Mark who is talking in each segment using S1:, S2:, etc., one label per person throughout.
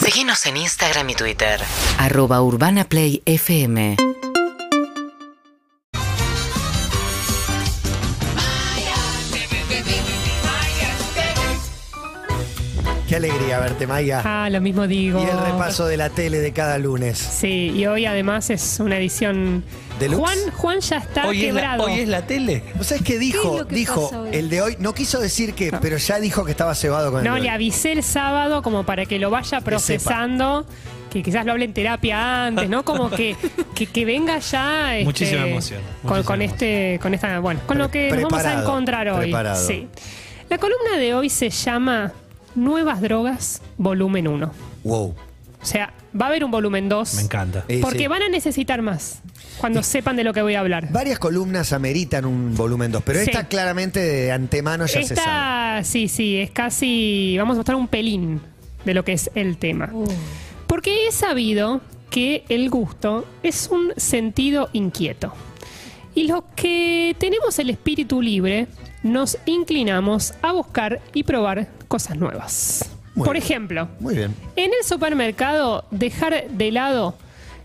S1: Seguinos en Instagram y Twitter.
S2: Arroba Urbana Play FM.
S3: Qué alegría verte, Maya.
S4: Ah, lo mismo
S3: Y
S4: digo.
S3: el repaso de la tele de cada lunes.
S4: Sí, y hoy además es una edición.
S3: Deluxe.
S4: Juan, Juan ya está
S5: hoy, es la,
S4: quebrado.
S5: hoy es la tele.
S3: ¿Vos sabés qué dijo?
S6: lo que
S3: dijo
S6: pasa hoy?
S3: el de hoy. No quiso decir que, pero ya dijo que estaba cebado con
S4: no,
S3: el de
S4: le
S3: hoy.
S4: avisé el sábado como para que lo vaya procesando. Que quizás lo hable en terapia antes, ¿no? Como que, que, que venga ya. este,
S5: Muchísima emoción,
S4: Con,
S5: muchísima
S4: con este, con esta, bueno, con lo que nos vamos a
S3: Preparado,
S4: encontrar hoy.
S3: preparado.
S4: Sí. La columna de hoy se llama Nuevas Drogas, volumen 1.
S3: Wow.
S4: O sea, va a haber un volumen 2.
S5: Me encanta.
S3: Eh,
S4: Porque
S3: sí.
S4: van a necesitar más cuando sepan de lo que voy a hablar.
S3: Varias columnas ameritan un volumen 2, pero
S4: Sí.
S3: esta claramente de antemano ya se sabe.
S4: Esta, sí, sí, es casi. Vamos a mostrar un pelín de lo que es el tema. Porque he sabido que el gusto es un sentido inquieto. Y los que tenemos el espíritu libre, nos inclinamos a buscar y probar cosas nuevas.
S3: Muy
S4: Por
S3: bien.
S4: ejemplo,
S3: Muy bien.
S4: en el supermercado, dejar de lado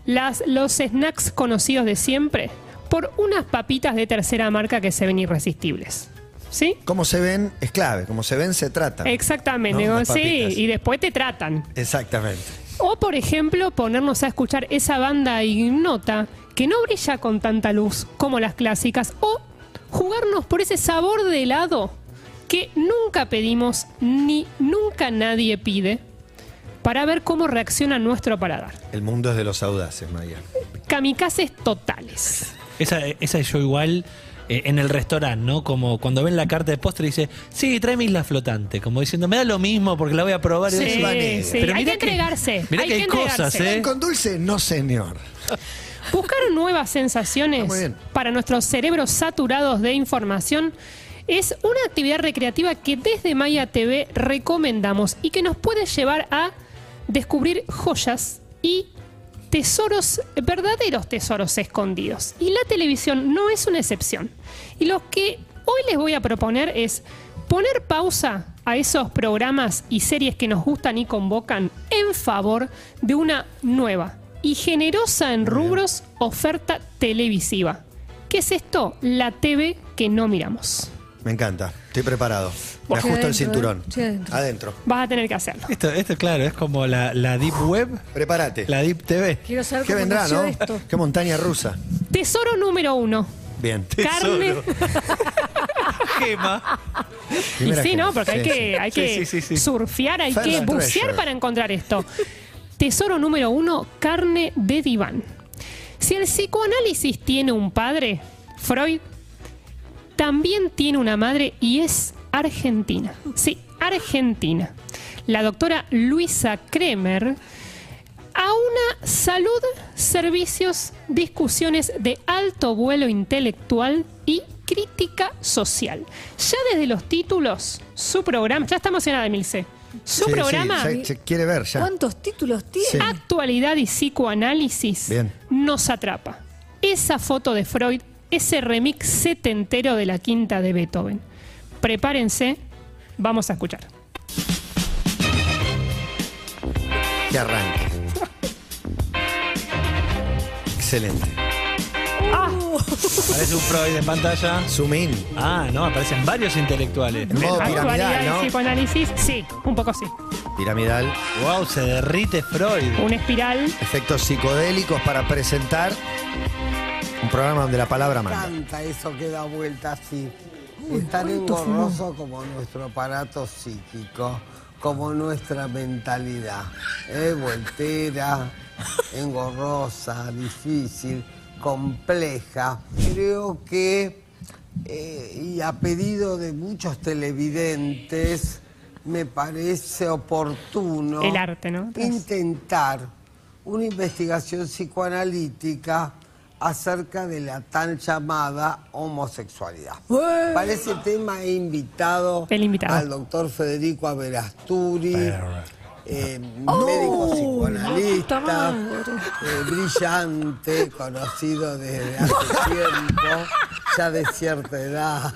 S4: las, los snacks conocidos de siempre por unas papitas de tercera marca que se ven irresistibles. ¿Sí?
S3: Cómo se ven es clave, cómo se ven se trata.
S4: Exactamente.
S3: No,
S4: digo,
S3: las
S4: sí,
S3: papitas.
S4: y después te tratan.
S3: Exactamente.
S4: O, por ejemplo, ponernos a escuchar esa banda ignota que no brilla con tanta luz como las clásicas. O jugarnos por ese sabor de helado que nunca pedimos ni nunca nadie pide para ver cómo reacciona nuestro paladar.
S3: El mundo es de los audaces, Maya.
S4: Kamikazes totales.
S5: Esa, esa yo igual eh, en el restaurante, ¿no? Como cuando ven la carta de postre y dice, sí, tráeme isla flotante. Como diciendo, me da lo mismo porque la voy a probar.
S3: Sí,
S5: y
S3: sí,
S5: eso.
S3: Vanessa.
S5: Pero
S4: hay que
S5: mirá
S4: entregarse.
S5: mirá
S4: hay
S5: que hay
S4: entregarse.
S5: cosas, ¿eh?
S3: ¿Pan con dulce? No, señor.
S4: Buscar nuevas sensaciones
S3: Está muy bien.
S4: para nuestros cerebros saturados de información es una actividad recreativa que desde Maya TV recomendamos y que nos puede llevar a descubrir joyas y tesoros, verdaderos tesoros escondidos. Y la televisión no es una excepción. Y lo que hoy les voy a proponer es poner pausa a esos programas y series que nos gustan y convocan en favor de una nueva y generosa en rubros oferta televisiva. ¿Qué es esto? La TV que no miramos.
S3: Me encanta. Estoy preparado. Me
S6: Estoy
S3: ajusto el
S6: adentro,
S3: cinturón.
S6: eh. Estoy adentro.
S3: Adentro.
S4: Vas a tener que hacerlo.
S5: Esto, esto, claro, es como la, la Deep Web,
S3: Prepárate.
S5: la Deep TV.
S6: Quiero saber
S3: ¿Qué
S6: cómo
S3: vendrá,
S6: nació
S3: no?
S6: esto.
S3: ¿Qué montaña rusa?
S4: Tesoro número uno.
S3: Bien.
S4: Carne.
S5: Gema.
S4: Y
S3: Primera
S4: sí,
S3: gema.
S4: ¿no? Porque
S3: Sí,
S4: hay que,
S3: sí.
S4: hay
S5: Sí,
S4: que
S5: sí, sí, sí.
S4: surfear, hay
S3: Find
S4: que
S3: the
S4: bucear
S3: treasure.
S4: para encontrar esto. Tesoro número uno, carne de diván. Si el psicoanálisis tiene un padre, Freud también tiene una madre y es argentina. Sí, argentina. La doctora Luisa Kremer a una salud, servicios, discusiones de alto vuelo intelectual y crítica social. Ya desde los títulos, su programa, ya está emocionada, Emilce.
S3: Sí,
S4: Su
S3: sí,
S4: programa,
S3: ya- se quiere ver ya.
S6: ¿Cuántos títulos tiene? Ah,
S3: Sí.
S4: Actualidad y Psicoanálisis,
S3: Bien.
S4: nos atrapa. Esa foto de Freud, ese remix setentero de la quinta de Beethoven. Prepárense, vamos a escuchar.
S3: Que arranque. Excelente.
S5: Parece un Freud en pantalla.
S3: Zoom in.
S5: Ah, no, aparecen varios intelectuales.
S3: En modo
S4: Actualidad
S3: piramidal,
S4: y
S3: ¿no?
S4: Psicoanálisis, sí, un poco sí.
S3: Piramidal.
S5: Wow, se derrite Freud.
S4: Una espiral
S3: Efectos psicodélicos para presentar un programa donde la palabra manda.
S7: encanta eso que da vuelta así. es tan
S6: ¿cuánto fumó?
S7: engorroso como nuestro aparato psíquico, como nuestra mentalidad. Es voltera, engorrosa, difícil, compleja. Creo que, eh, y a pedido de muchos televidentes, me parece oportuno
S4: El arte, ¿no?
S7: intentar una investigación psicoanalítica acerca de la tan llamada homosexualidad. Para ese tema he invitado,
S4: El invitado.
S7: al doctor Federico Averasturi, eh, médico
S6: puta
S7: psicoanalista,
S6: madre.
S7: eh, brillante, conocido desde hace tiempo, ya de cierta edad.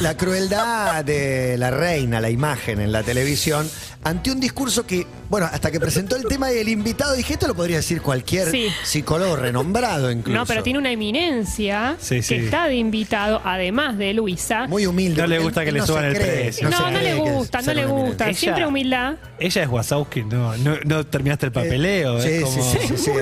S3: la crueldad de la reina, la imagen en la televisión, ante un discurso que, bueno, hasta que presentó el tema y el invitado, dije, esto lo podría decir cualquier
S4: Sí.
S3: psicólogo renombrado incluso.
S4: No, pero tiene una eminencia
S5: Sí, sí.
S4: que está de invitado, además de Luisa.
S3: Muy humilde.
S5: No le
S3: porque
S5: gusta que
S3: él
S5: le
S3: no
S5: suban
S3: se
S5: el
S3: cree,
S5: precio.
S4: no,
S3: se
S4: no, le
S3: cree que
S4: gusta,
S3: es
S4: no
S3: ser
S4: le
S3: una
S4: gusta.
S5: Ella-
S4: Siempre humildad.
S5: Ella es Wazowski, no, no, no terminaste el papeleo.
S3: Sí,
S5: es
S3: sí,
S5: como-
S3: sí, sí, sí.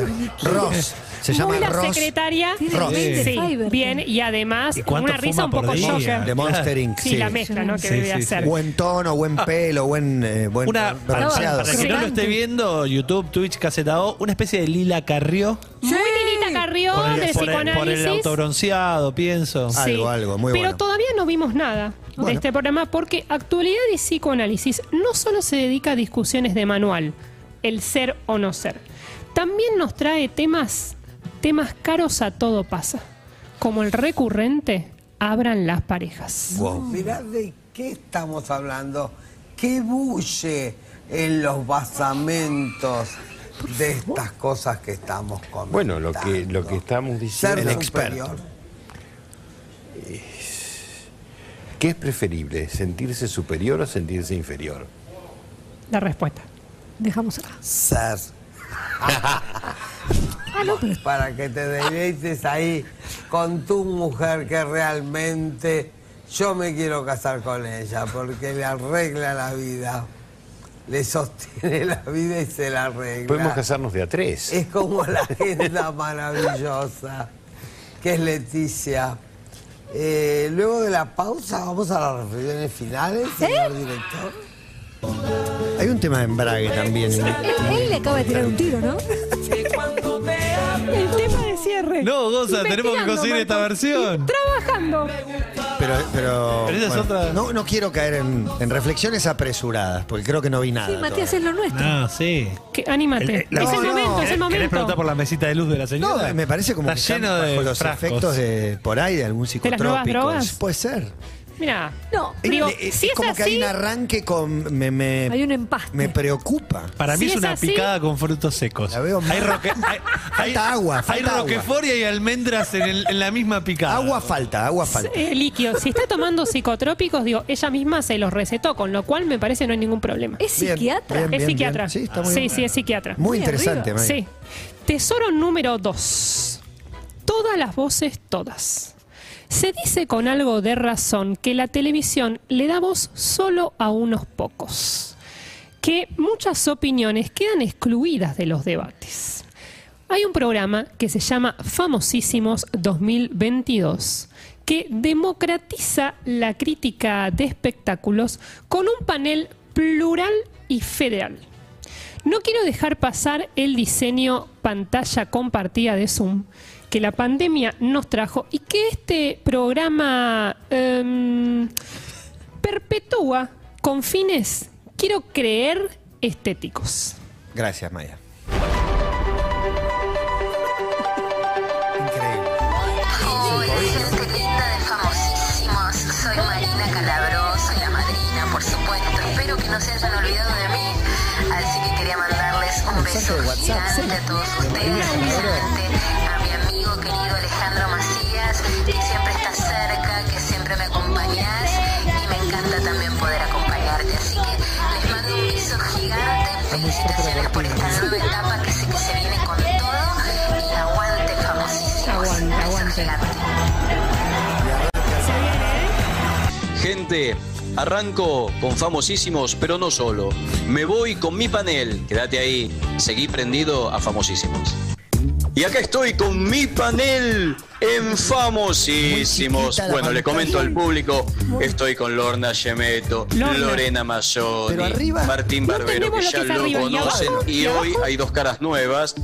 S3: Ross. Se llama
S4: Muy la
S3: Ross.
S4: secretaria.
S6: Tiene
S3: Ross.
S6: 20
S4: Sí,
S6: Fiverr.
S4: bien, y además
S5: ¿Y cuánto
S4: una risa
S5: fuma
S4: un
S5: por
S4: poco
S5: día?
S4: Joker.
S3: De Monster Inc.
S4: Sí,
S3: sí.
S4: la mezcla, ¿no? Ah. Que
S5: Sí,
S4: debe
S5: sí,
S4: hacer.
S3: Buen tono, buen pelo, buen, eh, buen
S5: Una, para,
S3: bronceado.
S5: para que no lo esté viendo, YouTube, Twitch, Casetao, una especie de Lila Carrió.
S4: Muy Lilita Carrió
S5: por
S4: del
S5: el, por el- por el
S4: psicoanálisis.
S5: autobronceado, pienso.
S3: Ah, Algo, algo, muy
S4: Pero
S3: bueno.
S4: todavía no vimos nada de
S3: Bueno.
S4: este programa porque actualidad y psicoanálisis no solo se dedica a discusiones de manual, el ser o no ser. También nos trae temas, temas caros a todo pasa, como el recurrente, abran las parejas.
S3: Wow.
S7: Mirá de qué estamos hablando. ¿Qué bulle en los basamentos de estas cosas que estamos comentando?
S8: Bueno, lo que, lo que estamos
S7: Ser
S8: diciendo
S3: El
S8: es
S3: experto.
S7: superior.
S8: que es preferible, sentirse superior o sentirse inferior.
S4: La respuesta.
S6: Dejamos acá.
S7: Ser. Para que te deleites ahí con tu mujer que realmente yo me quiero casar con ella porque le arregla la vida, le sostiene la vida y se la arregla.
S8: Podemos casarnos de a tres.
S7: Es como la agenda maravillosa que es Leticia. Eh, luego de la pausa vamos a las reflexiones finales, señor director.
S3: Hay un tema de embrague también.
S6: Él, él le acaba de tirar un tiro, ¿no?
S4: El tema de cierre.
S5: No, Goza, tenemos que conseguir esta versión.
S4: Trabajando.
S6: Ah,
S3: Pero, pero,
S5: Pero esa es otra-
S3: no, no quiero caer en, en reflexiones apresuradas, porque creo que no vi nada.
S6: Sí, Matías,
S3: todavía.
S6: es lo nuestro.
S5: No, Ah, sí.
S4: Que, anímate.
S5: El- el-
S4: es el
S3: no, no.
S4: momento, es el
S5: eh, ¿Querés
S4: momento.
S5: preguntar por la mesita de luz de la señora?
S3: No, me parece como que
S5: Está
S3: están
S5: lleno
S3: bajo
S5: de
S3: los
S5: frascos.
S3: efectos de por ahí de algún
S4: ¿De las nuevas
S3: psicotrópico.
S4: drogas?
S3: Puede ser.
S4: Mira,
S6: No,
S4: digo,
S3: Eh, eh,
S4: si
S3: es
S4: es
S3: como que hay
S4: así,
S3: un arranque con me, me-
S6: Hay un empaste.
S3: me preocupa.
S5: Para mí
S4: Si
S5: es
S4: es
S5: una
S4: así-
S5: picada con frutos secos.
S3: La veo
S5: hay
S3: mal.
S5: roque, hay, hay-
S3: Falta agua, falta
S5: hay
S3: agua.
S5: roquefort y hay almendras en, el- en la misma picada.
S3: Agua falta, agua falta.
S4: eh, líquido. Si está tomando psicotrópicos, digo, ella misma se los recetó, con lo cual me parece no hay ningún problema.
S6: Es
S3: Bien,
S6: psiquiatra.
S3: bien.
S4: es psiquiatra.
S3: Sí, está muy
S4: sí,
S3: bien.
S4: sí, es psiquiatra.
S3: Muy
S6: Muy
S3: interesante, May.
S6: arriba.
S4: Sí. Tesoro número 2. Todas las voces, todas. Se dice con algo de razón que la televisión le da voz solo a unos pocos, que muchas opiniones quedan excluidas de los debates. Hay un programa que se llama Famosísimos 2022 que democratiza la crítica de espectáculos con un panel plural y federal. No quiero dejar pasar el diseño pantalla compartida de Zoom que la pandemia nos trajo y que este programa em, perpetúa con fines, quiero creer, estéticos.
S3: Gracias, Maya. Increíble.
S9: Gente linda de famosísimos, soy Marina Calabró, soy la madrina, por supuesto. Espero que no se hayan olvidado de mí, así que quería mandarles un beso gigante a todos ustedes, especialmente a mi amigo querido Alejandro Macías, que siempre está cerca, que siempre me acompañás y me encanta también poder acompañarte. Así que les mando un beso gigante, felicitaciones por esta nueva etapa que sé que se viene con todo y aguante famosísimos.
S6: Aguante,
S9: Beso
S6: aguante.
S9: gigante.
S10: Gente, arranco con famosísimos, pero no solo. Me voy con mi panel. Quédate ahí. Seguí prendido a famosísimos. Y acá estoy con mi panel en
S3: Muy
S10: famosísimos.
S3: chiquita la
S10: Bueno, le
S3: pantalla.
S10: comento al público, estoy con Lorna Gemeto,
S4: Lorna.
S10: Lorena Mazzoni,
S3: Pero arriba,
S10: Martín
S4: no
S10: Barbero,
S4: entendemos
S10: que
S4: lo
S10: ya
S4: que es
S10: lo
S4: arriba, ¿y abajo?
S10: conocen.
S4: ¿Y
S10: Y
S4: abajo?
S10: hoy hay dos caras nuevas.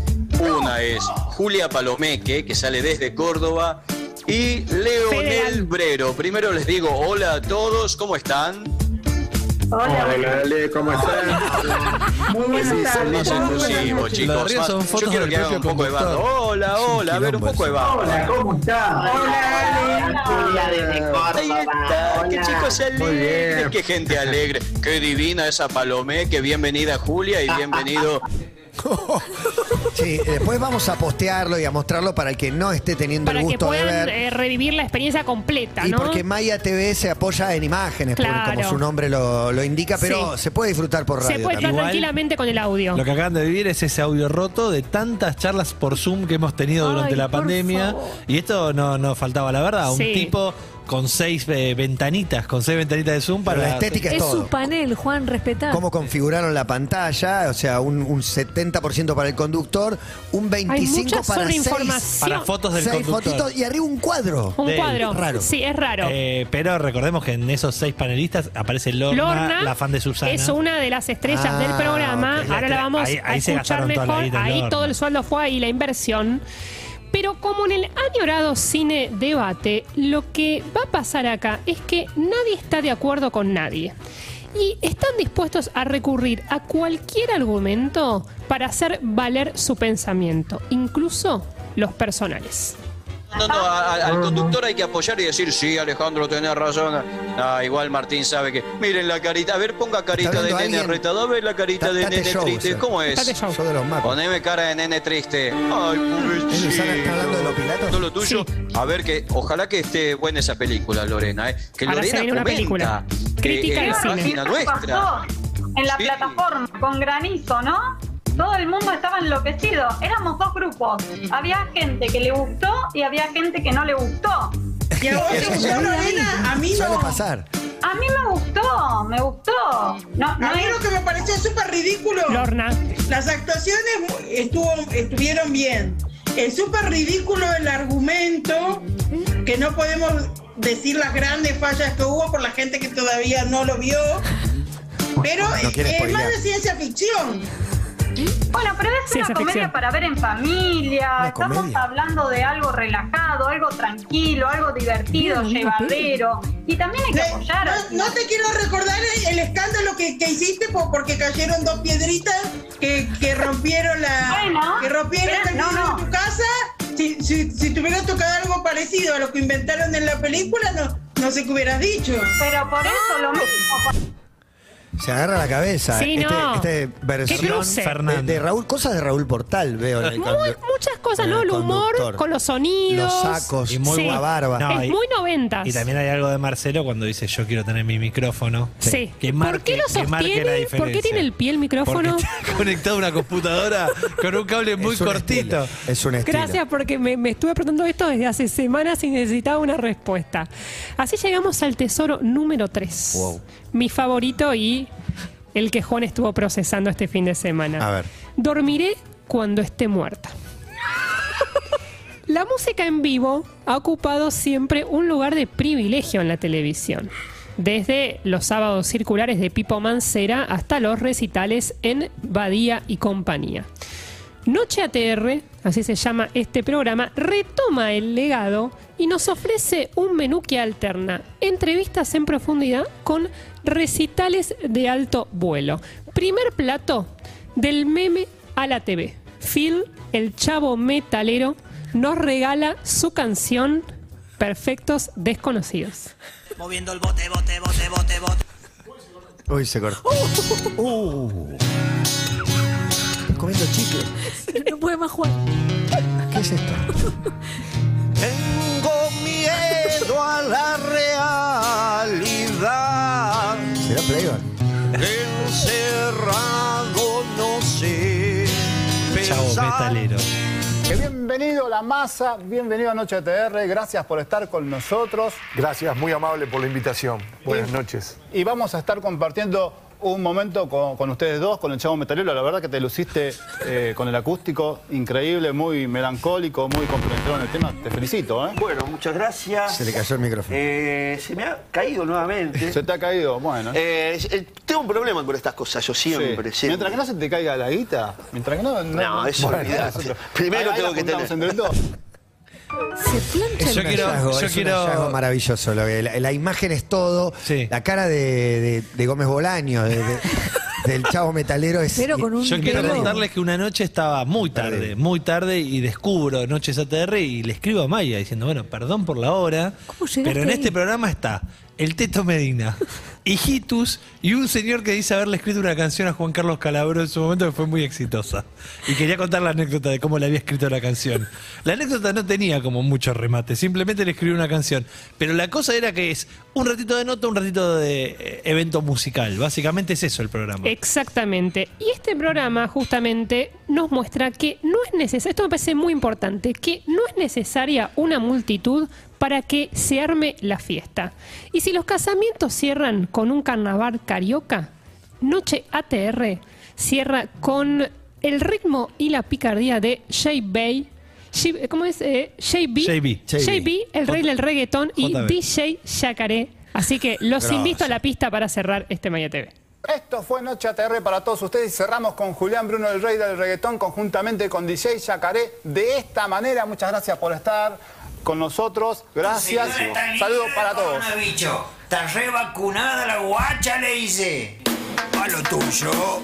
S10: Una es Julia Palomeque, que sale desde Córdoba, y Leonel
S4: Federal.
S10: Brero. Primero les digo hola a todos, ¿cómo están? Más inclusivos,
S5: Lo de
S10: pues, chicos.
S5: arriba
S10: Más-
S5: son fotos
S10: yo quiero
S5: del
S10: que hagan un
S5: propio
S10: poco de bardo.
S5: conductor.
S10: Hola, hola, a ver un
S3: quilombo
S10: poco de bardo. Ahí está, qué chicos alegres, qué gente alegre, qué divina esa Palomé, que bienvenida Julia y bienvenido
S3: Sí, después vamos a postearlo y a mostrarlo para el que no esté teniendo
S4: Para
S3: el
S4: que
S3: gusto de
S4: puedan
S3: ver.
S4: eh, revivir la experiencia completa,
S3: Y
S4: ¿no?
S3: porque Maya TV se apoya en imágenes, porque
S4: Claro.
S3: como su nombre lo, lo indica, pero
S4: Sí.
S3: se puede disfrutar por radio
S4: Se puede
S3: también.
S4: estar
S5: Igual-
S4: tranquilamente con el audio.
S5: Lo que acaban de vivir es ese audio roto de tantas charlas por Zoom que hemos tenido durante
S6: Ay,
S5: la
S6: por
S5: pandemia.
S6: favor.
S5: Y esto no, no faltaba, la verdad.
S4: Sí.
S5: Un tipo con seis eh, ventanitas, con seis ventanitas de Zoom
S3: Pero
S5: para.
S3: la estética es,
S6: Es
S3: todo.
S6: su panel, Juan, respetá.
S3: Cómo configuraron la pantalla, o sea, un, un 70% para el conductor, un 25%
S4: Hay mucha
S3: para seis-
S4: sobreinformación.
S5: Para fotos del
S3: seis
S5: conductor.
S3: fotitos y arriba un cuadro.
S4: Un
S5: Del-
S4: cuadro.
S3: Raro.
S4: Sí, es raro.
S5: Eh, pero recordemos que en esos seis panelistas aparece Lorna,
S4: Lorna
S5: la fan de Susana.
S4: es una de las estrellas
S3: Ah,
S4: del programa.
S5: ok.
S4: Ahora la vamos
S5: Ahí-
S4: a
S5: ahí se
S4: escuchar
S5: gastaron toda la
S4: mejor.
S5: guita en
S4: Ahí
S5: Lorna.
S4: todo el sueldo fue ahí, la inversión. Pero como en el añorado cine debate, lo que va a pasar acá es que nadie está de acuerdo con nadie. Y están dispuestos a recurrir a cualquier argumento para hacer valer su pensamiento, incluso los personales.
S11: No, no, a- a- al conductor hay que apoyar y decir, sí, Alejandro, tenés razón. Ah, igual Martín sabe que. Miren la carita, a ver, ponga carita de
S3: viendo
S11: nene
S3: alguien?
S11: retado, a ver la carita de
S3: Tate
S11: nene
S3: show,
S11: triste.
S3: sí.
S11: ¿Cómo
S4: Tate
S11: es?
S4: show.
S3: Yo de los mapas.
S11: Poneme cara de nene triste. Ay,
S3: Nene, Sara, ¿está hablando de los
S11: pobrecito.
S3: pilatos?
S11: ¿Todo lo tuyo?
S4: Sí.
S11: A ver, que ojalá que esté buena esa película, Lorena. ¿eh? Que
S4: Ahora se
S11: Lorena
S4: viene una
S11: comenta
S4: película.
S11: que eh,
S4: Crítica
S11: en
S4: de
S11: la
S4: cine.
S11: página nuestra.
S12: En la
S11: Sí.
S12: plataforma, con granizo, ¿no? Todo el mundo estaba enloquecido. Éramos dos grupos.
S7: Mm.
S12: Había gente que le gustó y había gente que no le gustó.
S7: ¿Y a vos te gustó, Lorena? A mí
S3: Suele
S7: no.
S3: pasar.
S12: A mí me gustó, me gustó. No, no
S7: Mm. A mí
S12: es-
S7: lo que me pareció súper ridículo.
S4: Lorna,
S11: Este
S7: Las actuaciones mu- estuvo, estuvieron bien. Es súper ridículo el argumento que no podemos decir las grandes fallas que hubo por la gente que todavía no lo vio. Pero
S3: No quiere
S7: es
S3: spoilear.
S7: más de ciencia ficción.
S12: Bueno, pero es
S4: Ciencia
S12: una comedia
S4: ficción.
S12: para ver en familia.
S3: Una
S12: Estamos
S3: comedia.
S12: hablando de algo relajado, algo tranquilo, algo divertido,
S6: Bien, bien,
S12: llevadero. Y también hay que
S7: No,
S12: apoyar. al
S7: no- no te quiero recordar el- el escándalo que, que hiciste po- porque cayeron dos piedritas que, que rompieron la
S12: Bueno,
S7: que rompieron
S12: pero-
S7: el
S12: no,
S7: vidrio
S12: no.
S7: de tu casa. Si, si, si te hubiera tocado algo parecido a lo que inventaron en la película, no, no sé qué hubieras dicho.
S12: Pero por eso lo mismo.
S3: Se agarra la cabeza.
S4: Sí,
S3: este,
S4: no.
S3: este
S4: Qué
S3: versión
S4: cruce.
S3: de, de Raúl, cosas de Raúl Portal, veo en el
S4: muy-
S3: cambio.
S4: muchas cosas,
S3: En
S4: ¿no?
S3: el
S4: El humor
S3: conductor.
S4: con los sonidos.
S3: Los sacos,
S5: Y muy
S3: la
S5: guap-
S3: barba.
S5: No,
S4: es
S5: y-
S4: muy noventas.
S5: Y también hay algo de Marcelo cuando dice yo quiero tener mi micrófono.
S4: Sí.
S5: Que
S4: ¿Por qué
S5: marque-
S4: lo
S5: que marque
S4: sostiene?
S5: la
S4: ¿Por qué
S5: diferencia.
S4: tiene el pie el micrófono?
S5: Porque está conectado a una computadora con un cable muy
S3: Es un
S5: cortito.
S3: estilo, Es un estilo.
S4: Gracias porque me, me estuve preguntando esto desde hace semanas y necesitaba una respuesta. Así llegamos al tesoro número 3.
S3: Wow.
S4: Mi favorito y el que Juan estuvo procesando este fin de semana.
S3: A ver.
S4: Dormiré cuando esté muerta. La música en vivo ha ocupado siempre un lugar de privilegio en la televisión. Desde los sábados circulares de Pipo Mancera hasta los recitales en Badía y compañía. Noche ATR, así se llama este programa, retoma el legado y nos ofrece un menú que alterna entrevistas en profundidad con recitales de alto vuelo. Primer plato, del meme a la TV. Phil, el chavo metalero, nos regala su canción Perfectos Desconocidos.
S7: Moviendo el bote, bote, bote, bote, bote.
S3: Uy, se cortó. Uh. Estoy comiendo chicle.
S6: No puede más jugar.
S3: ¿Qué es esto?
S13: Tengo miedo a la realidad.
S3: ¿Será playback?
S13: Encerrado no sé.
S5: Chavo metalero.
S7: Bienvenido la masa, bienvenido a Noche TR, gracias por estar con nosotros.
S13: Gracias, muy amable por la invitación. Buenas noches.
S7: y vamos a estar compartiendo un momento con, con ustedes dos, con el Chavo Metalero. La verdad que te luciste eh, con el acústico, increíble, muy melancólico, muy comprendido en el tema. Te felicito, ¿eh?
S12: Bueno, muchas gracias. Eh,
S3: Se le cayó el micrófono.
S12: se me ha caído nuevamente. Eh,
S7: Se te ha caído, bueno.
S12: tengo un problema con estas cosas, yo
S7: Sí. Mientras que no se te caiga la guita, mientras que no...
S12: No, eso olvidate. Primero
S7: Ahí- ahí la
S12: tengo que
S7: juntamos
S12: tener.
S7: entre los dos.
S6: Se plancha
S5: Yo quiero-
S6: el pelo.
S3: hallazgo,
S5: yo
S3: es
S5: quiero-
S3: un hallazgo maravilloso. lo que- la, la imagen es todo.
S5: Sí.
S3: La cara de, de- de Gómez Bolaño, de- de- del chavo metalero es.
S6: Pero con un
S5: Yo quiero
S6: pelo.
S5: contarles que una noche estaba muy tarde, muy tarde, y descubro Noches ATR y le escribo a Maya diciendo, bueno, perdón por la hora,
S6: ¿Cómo llegaste
S5: pero en
S6: ahí?
S5: este programa está el Teto Medina, Hijitus y un señor que dice haberle escrito una canción a Juan Carlos Calabro en su momento que fue muy exitosa. Y quería contar la anécdota de cómo le había escrito la canción. La anécdota no tenía como mucho remate, simplemente le escribió una canción. Pero la cosa era que es un ratito de nota, un ratito de eh, evento musical. Básicamente es eso el programa.
S4: Exactamente. Y este programa justamente nos muestra que no es necesario, esto me parece muy importante, que no es necesaria una multitud para que se arme la fiesta. Y si los casamientos cierran con un carnaval carioca, Noche ATR cierra con el ritmo y la picardía de Jay Bay. J- ¿Cómo es? Eh, JB,
S5: JB.
S4: JB, el rey del reggaetón y
S5: JB.
S4: DJ Yacaré. Así que los
S5: Grosso.
S4: invito a la pista para cerrar este Maya TV.
S14: Esto fue Noche ATR para todos ustedes y cerramos con Julián Bruno el Rey del Reggaetón conjuntamente con DJ Yacaré de esta manera. Muchas gracias por estar con nosotros. Gracias. Saludos para todos.
S12: Está re vacunada la guacha, le hice. A lo tuyo.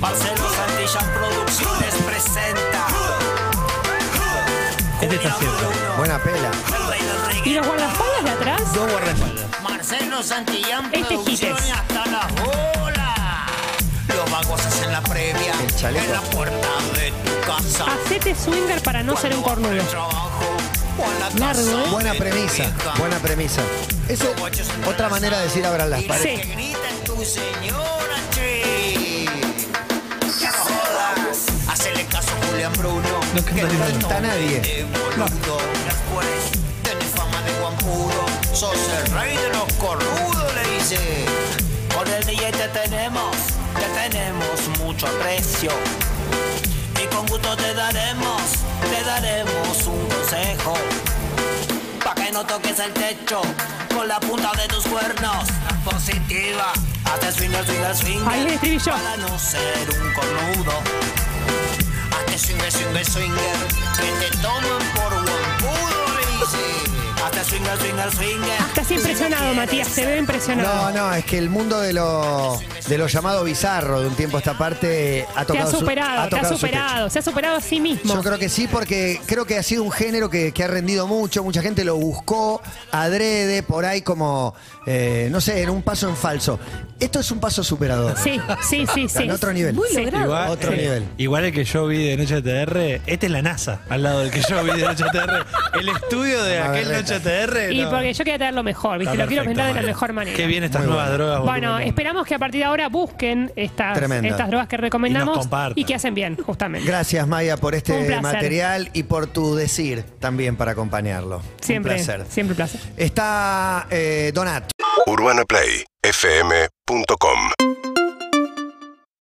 S12: Marcelo Santillán Producciones presenta.
S5: Este está haciendo.
S3: Buena pela.
S4: ¿Y los guardaespaldas de atrás?
S3: Dos guardaespaldas.
S12: Marcelo Santillán
S4: Este es Quites.
S12: Producciones hasta la bola. Los vagos hacen la previa. En la puerta de tu casa.
S4: Hacete swinger para no ser un cornudo. Largo, ¿eh?
S3: Buena premisa, buena premisa. Es otra manera de decir abran las paredes.
S12: Que grita en tu señora, che. Ya no jodas. Hacele caso a Julián Bruno.
S3: No canta
S12: que el
S3: ninguno.
S12: resto
S3: Canta nadie.
S12: de boludo. Después tenés fama de Juan Puro. Sos el rey de los cornudos, le dice. Por el billete tenemos, te tenemos mucho aprecio. Y con gusto te daremos, te daremos un consejo. Pa' que no toques el techo con la punta de tus cuernos. Positiva, hazte swinger, swinger, swinger.
S4: Ahí el estribillo.
S12: Para no ser un cornudo. Hazte swinger, swinger, swinger. Que te tomen por guampudo, dice. Hazte swinger, swinger, swinger.
S4: Estás impresionado, Matías, te veo
S3: No,
S4: impresionado.
S3: no, es que el mundo de lo, de lo llamado bizarro de un tiempo a esta parte ha
S4: te ha
S3: tocado su-
S4: superado, te ha
S3: tocado su
S4: superado, se ha superado a sí
S3: techo.
S4: mismo.
S3: Yo creo que sí, porque creo que ha sido un género que, que ha rendido mucho, mucha gente lo buscó, adrede, por ahí como, eh, no sé, en un paso en falso. Esto es un paso superador.
S4: Sí, sí, sí, sí.
S3: En otro nivel.
S6: Muy
S4: Sí.
S6: logrado.
S5: Igual,
S3: Otro
S5: eh,
S3: nivel.
S5: Igual el que yo vi de Noche TR, este es la NASA, al lado del que yo vi de Noche TR. El estudio de
S3: Una
S5: aquel
S3: berreta.
S5: Noche TR.
S4: Y
S5: no.
S4: porque yo quería traer lo mejor, ¿viste?
S5: Está
S4: lo quiero
S5: perfecto,
S4: presentar de la
S5: María.
S4: mejor manera.
S5: Qué bien estas
S3: Muy
S5: nuevas
S3: bueno.
S5: drogas.
S4: Bueno,
S5: boludo.
S4: esperamos que a partir de ahora busquen estas,
S3: Tremendo.
S4: estas drogas que recomendamos
S5: compartan.
S4: y, que hacen bien, justamente.
S3: Gracias, Maya, por
S4: Un
S3: este
S4: placer.
S3: material y por tu decir también para acompañarlo.
S4: Siempre,
S3: Un placer.
S4: siempre un placer.
S3: Está eh, Donato.
S15: UrbanaPlayFM.com